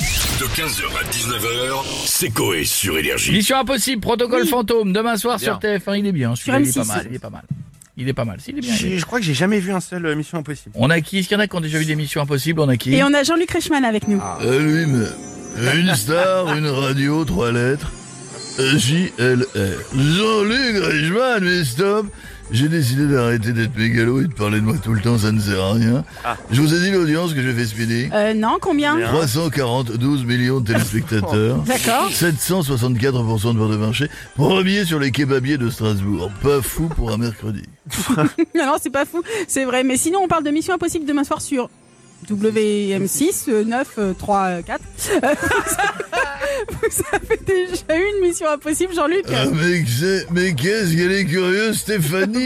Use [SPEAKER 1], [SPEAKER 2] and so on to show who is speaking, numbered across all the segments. [SPEAKER 1] De 15h à 19h, c'est Coé sur Énergie.
[SPEAKER 2] Mission impossible, protocole fantôme, demain soir sur TF1, il est bien, celui-là, il est pas
[SPEAKER 3] M6.
[SPEAKER 2] mal, il est pas mal. Il est pas mal, s'il est bien. il est bien.
[SPEAKER 4] J'ai- Je crois que j'ai jamais vu un seul euh, Mission Impossible.
[SPEAKER 2] On a qui Est-ce qu'il y en a qui ont déjà vu des missions impossibles On a qui
[SPEAKER 3] Et on a Jean-Luc Reichmann avec nous.
[SPEAKER 5] Allume. Une star, une radio, trois lettres. JLR. Jean-Luc Reichmann, mais stop J'ai décidé d'arrêter d'être mégalo et de parler de moi tout le temps, ça ne sert à rien.
[SPEAKER 3] Ah.
[SPEAKER 5] Je vous ai dit l'audience que j'ai fait speeder.
[SPEAKER 3] Euh, non, combien
[SPEAKER 5] 342 millions de téléspectateurs.
[SPEAKER 3] D'accord.
[SPEAKER 5] 764% de part de marché. Premier sur les kebabiers de Strasbourg. Pas fou pour un mercredi.
[SPEAKER 3] Non, non, c'est pas fou, c'est vrai. Mais sinon, on parle de Mission Impossible demain soir sur WM6, euh, 9, euh, 3, euh, 4. Euh, Vous avez déjà eu une Mission Impossible, Jean-Luc
[SPEAKER 5] Ah, mais c'est- mais qu'est-ce qu'elle est curieuse, Stéphanie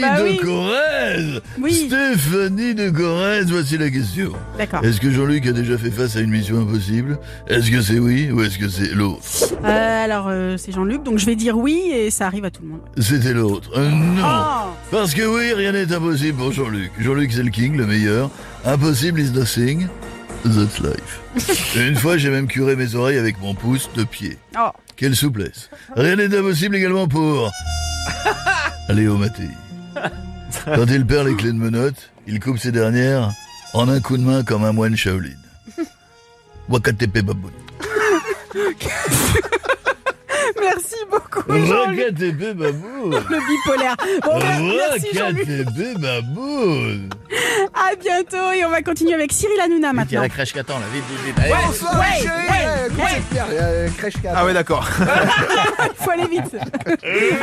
[SPEAKER 3] Bah
[SPEAKER 5] de
[SPEAKER 3] oui.
[SPEAKER 5] Corrèze
[SPEAKER 3] Oui. Ah.
[SPEAKER 5] Stéphanie de Corrèze, voici la question.
[SPEAKER 3] D'accord.
[SPEAKER 5] Est-ce que Jean-Luc a déjà fait face à une mission impossible Est-ce que c'est oui ou est-ce que c'est l'autre
[SPEAKER 3] Euh, alors, euh, c'est Jean-Luc, donc je vais dire oui et ça arrive à tout le monde.
[SPEAKER 5] C'était l'autre. Euh, non
[SPEAKER 3] Oh
[SPEAKER 5] Parce que oui, rien n'est impossible pour Jean-Luc. Jean-Luc, c'est le king, le meilleur. Impossible is nothing. That's life. Une fois, j'ai même curé mes oreilles avec mon pouce de pied.
[SPEAKER 3] Oh.
[SPEAKER 5] Quelle souplesse. Rien n'est impossible également pour Léo Mattei. Quand il perd les clés de menottes, il coupe ses dernières en un coup de main comme un moine Shaolin. Wakatepe baboun.
[SPEAKER 3] Merci beaucoup, Jean-Luc,
[SPEAKER 5] Wakatepe baboun.
[SPEAKER 3] le bipolaire. Bon, bah, merci, Jean-Luc.
[SPEAKER 5] Wakatepe baboun.
[SPEAKER 3] À bientôt et on va continuer avec Cyril Hanouna
[SPEAKER 2] Il y a
[SPEAKER 3] maintenant.
[SPEAKER 2] la crèche qui attend, là, vite, vite, vite. Allez,
[SPEAKER 6] Bonsoir,
[SPEAKER 3] ouais,
[SPEAKER 6] chérie.
[SPEAKER 3] ouais,
[SPEAKER 6] Comment
[SPEAKER 3] ouais.
[SPEAKER 6] ça se perd Euh, Crèche quatre.
[SPEAKER 4] Ah ouais, d'accord.
[SPEAKER 3] Faut aller vite.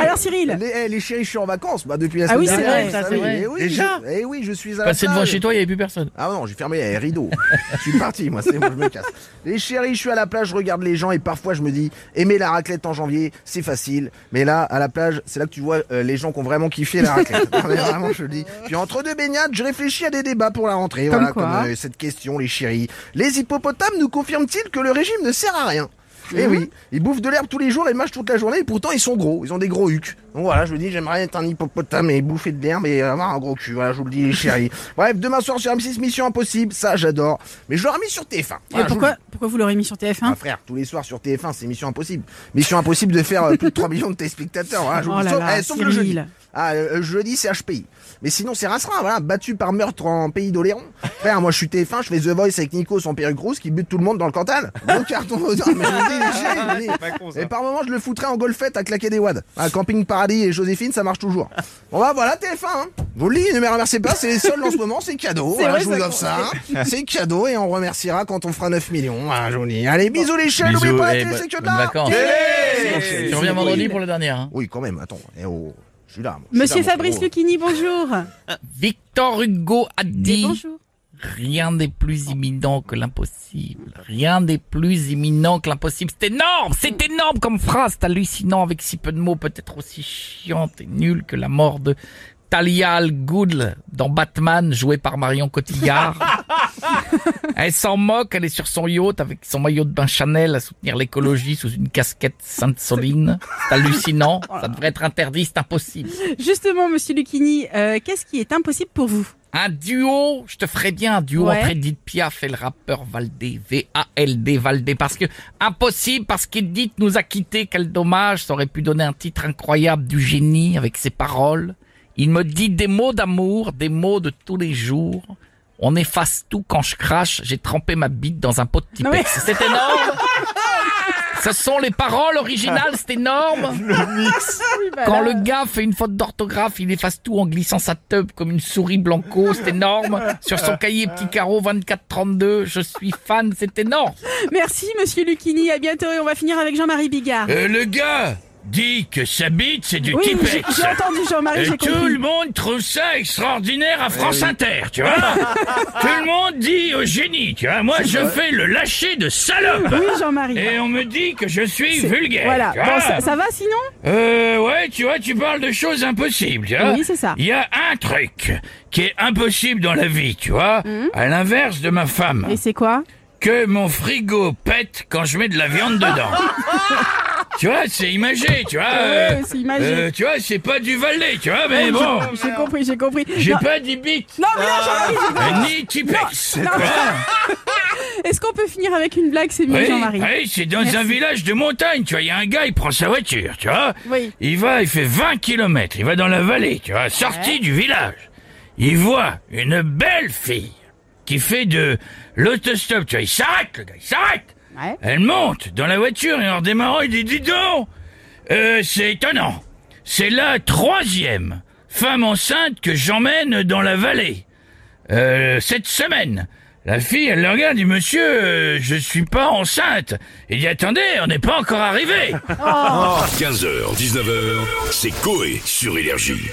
[SPEAKER 3] Alors, Cyril,
[SPEAKER 6] Les, eh, les chéris, je suis en vacances bah, depuis la
[SPEAKER 3] Ah
[SPEAKER 6] semaine
[SPEAKER 3] oui, c'est
[SPEAKER 6] dernière.
[SPEAKER 3] vrai,
[SPEAKER 6] vous
[SPEAKER 2] ça, c'est
[SPEAKER 6] savez.
[SPEAKER 2] vrai.
[SPEAKER 6] Eh oui,
[SPEAKER 4] Déjà
[SPEAKER 6] je, eh oui, je suis à la
[SPEAKER 2] passer devant
[SPEAKER 6] plage.
[SPEAKER 2] chez toi, il n'y avait plus personne.
[SPEAKER 6] Ah non, j'ai fermé les rideaux. je suis parti, moi, c'est bon, je me casse. Les chéris, je suis à la plage, je regarde les gens et parfois je me dis, aimer la raclette en janvier, c'est facile. Mais là, à la plage, c'est là que tu vois euh, les gens qui ont vraiment kiffé la raclette. Non, mais vraiment, je le dis. Puis entre deux baignades, je réfléchis à des débats pour la rentrée.
[SPEAKER 3] Comme
[SPEAKER 6] voilà,
[SPEAKER 3] quoi
[SPEAKER 6] comme euh, cette question, les chéris. Les hippopotames nous confirment-ils que le régime ne sert à rien eh
[SPEAKER 3] Mhm.
[SPEAKER 6] oui, ils bouffent de l'herbe tous les jours et mâchent toute la journée et pourtant ils sont gros, ils ont des gros hucs. Donc voilà, je me dis j'aimerais être un hippopotame et bouffer de l'herbe et avoir un gros cul, voilà, je vous le dis les chéris. Bref, demain soir sur M6 Mission Impossible, ça j'adore. Mais je l'aurais mis sur TF1.
[SPEAKER 3] et
[SPEAKER 2] Ah,
[SPEAKER 6] Voilà, je vous le
[SPEAKER 3] pourquoi, pourquoi vous l'aurez mis sur TF1
[SPEAKER 6] ah, frère, tous les soirs sur TF1, c'est Mission Impossible. Mission Impossible de faire euh, plus de 3 millions de téléspectateurs. hein, je vous
[SPEAKER 3] Oh
[SPEAKER 6] le
[SPEAKER 3] là
[SPEAKER 6] dis, sauf,
[SPEAKER 3] là,
[SPEAKER 6] eh, sauf le jeudi.
[SPEAKER 3] Cyril.
[SPEAKER 6] Ah, euh, jeudi, c'est HPI. Mais sinon, c'est Rasserin, voilà, battu par meurtre en pays d'Oléron. Frère, moi, je suis TF1, je fais The Voice avec Nico, son perruque rousse, qui bute tout le monde dans le Cantal. Gros carton aux dents, mais je vous le dis, les chéris, je vous le dis. Et par moment, je le foutrais en golfette à claquer des wads. À Camping Paradis et Joséphine, ça marche toujours. Bon bah voilà, TF1. Hein. Vous le dites, ne me remerciez pas, c'est les seuls en ce moment, c'est cadeau. Voilà,
[SPEAKER 3] vrai,
[SPEAKER 6] je
[SPEAKER 3] ça
[SPEAKER 6] vous offre ça. hein. C'est cadeau et on remerciera quand on fera 9 millions. Voilà, je vous le dis. Allez, bisous les chiens, n'oubliez
[SPEAKER 2] Bisous,
[SPEAKER 6] pas la
[SPEAKER 2] eh,
[SPEAKER 6] télé,
[SPEAKER 2] bo-
[SPEAKER 6] c'est que de
[SPEAKER 2] bonnes
[SPEAKER 6] là.
[SPEAKER 2] vacances.
[SPEAKER 4] Hey
[SPEAKER 2] Tu reviens vendredi pour la dernière. hein.
[SPEAKER 6] Oui, quand même, attends. Eh oh, je suis là. moi, je suis
[SPEAKER 3] Monsieur
[SPEAKER 6] là, mon
[SPEAKER 3] Fabrice
[SPEAKER 6] frérot.
[SPEAKER 3] Lucchini, bonjour.
[SPEAKER 2] Victor Hugo a
[SPEAKER 3] Dis
[SPEAKER 2] dit
[SPEAKER 3] bonjour.
[SPEAKER 2] Rien n'est plus imminent que l'impossible. Rien n'est plus imminent que l'impossible. C'est énorme, c'est énorme comme phrase. C'est hallucinant avec si peu de mots, peut-être aussi chiante et nulle que la mort de Talia al Ghul dans Batman, jouée par Marion Cotillard. elle s'en moque, elle est sur son yacht avec son maillot de bain Chanel à soutenir l'écologie sous une casquette Sainte-Soline. C'est hallucinant, ça devrait être interdit, c'est impossible.
[SPEAKER 3] Justement, Monsieur Lucchini, euh, qu'est-ce qui est impossible pour vous
[SPEAKER 2] Un duo, je te ferais bien un duo
[SPEAKER 3] Ouais.
[SPEAKER 2] entre Edith Piaf et le rappeur Valdé, V-A-L-D, Valdé, parce que impossible, parce qu'Edith nous a quittés, quel dommage, ça aurait pu donner un titre incroyable du génie avec ses paroles. Il me dit des mots d'amour, des mots de tous les jours. On efface tout quand je crache, j'ai trempé ma bite dans un pot de
[SPEAKER 3] Non,
[SPEAKER 2] Tipex. C'est énorme! Ce sont les paroles originales, c'est énorme! Quand le gars fait une faute d'orthographe, il efface tout en glissant sa teub comme une souris blanco, c'est énorme. Sur son cahier petit carreau 24-32, je suis fan, c'est énorme.
[SPEAKER 3] Merci, Monsieur Lucchini. À bientôt et on va finir avec Jean-Marie Bigard.
[SPEAKER 2] le gars dit que sa bite, c'est du
[SPEAKER 3] oui, j'ai j'ai entendu Jean-Marie, j'ai compris.
[SPEAKER 2] monde trouve ça extraordinaire à France Inter, tu vois. tout le monde dit au génie, tu vois. Moi, je fais le lâcher de salope.
[SPEAKER 3] Oui, Jean-Marie.
[SPEAKER 2] on Ah. me dit que je suis
[SPEAKER 3] C'est- Voilà. Bon, ça, ça va sinon
[SPEAKER 2] Euh, ouais, tu vois, tu parles de choses impossibles, tu vois.
[SPEAKER 3] Oui, c'est ça.
[SPEAKER 2] Il y a un truc qui est impossible dans la vie, tu vois, à l'inverse de ma femme,
[SPEAKER 3] Hmm Et c'est quoi
[SPEAKER 2] que mon frigo pète quand je mets de la viande dedans. tu vois, c'est imagé, tu vois. euh,
[SPEAKER 3] Ouais, C'est imagé.
[SPEAKER 2] euh, tu vois, c'est pas du Valais, tu vois, mais bon,
[SPEAKER 3] J'ai compris, j'ai compris.
[SPEAKER 2] j'ai
[SPEAKER 3] Non,
[SPEAKER 2] pas Ah. dit bite,
[SPEAKER 3] non, mais là, Jean-Marie, j'ai compris.
[SPEAKER 2] ni Tipex.
[SPEAKER 3] non.
[SPEAKER 2] tu vois.
[SPEAKER 3] Est-ce qu'on peut finir avec une blague, c'est mieux,
[SPEAKER 2] Oui,
[SPEAKER 3] Jean-Marie
[SPEAKER 2] oui, c'est dans un village de montagne, tu vois. Il y a un gars, il prend sa voiture, tu vois.
[SPEAKER 3] Oui.
[SPEAKER 2] Il va, il fait 20 km, il va dans la vallée, tu vois, sortie du village. Il voit une belle fille qui fait de l'autostop, tu vois. Il s'arrête, le gars, il s'arrête.
[SPEAKER 3] Ouais.
[SPEAKER 2] Elle monte dans la voiture et en redémarrant, il dit, dis donc, euh, c'est étonnant. C'est la troisième femme enceinte que j'emmène dans la vallée. Euh, cette semaine. La fille, elle le regarde, dit, monsieur, euh, je suis pas enceinte. Il dit, attendez, on n'est pas encore arrivé.
[SPEAKER 1] 15h, 19h, c'est Coé sur Énergie.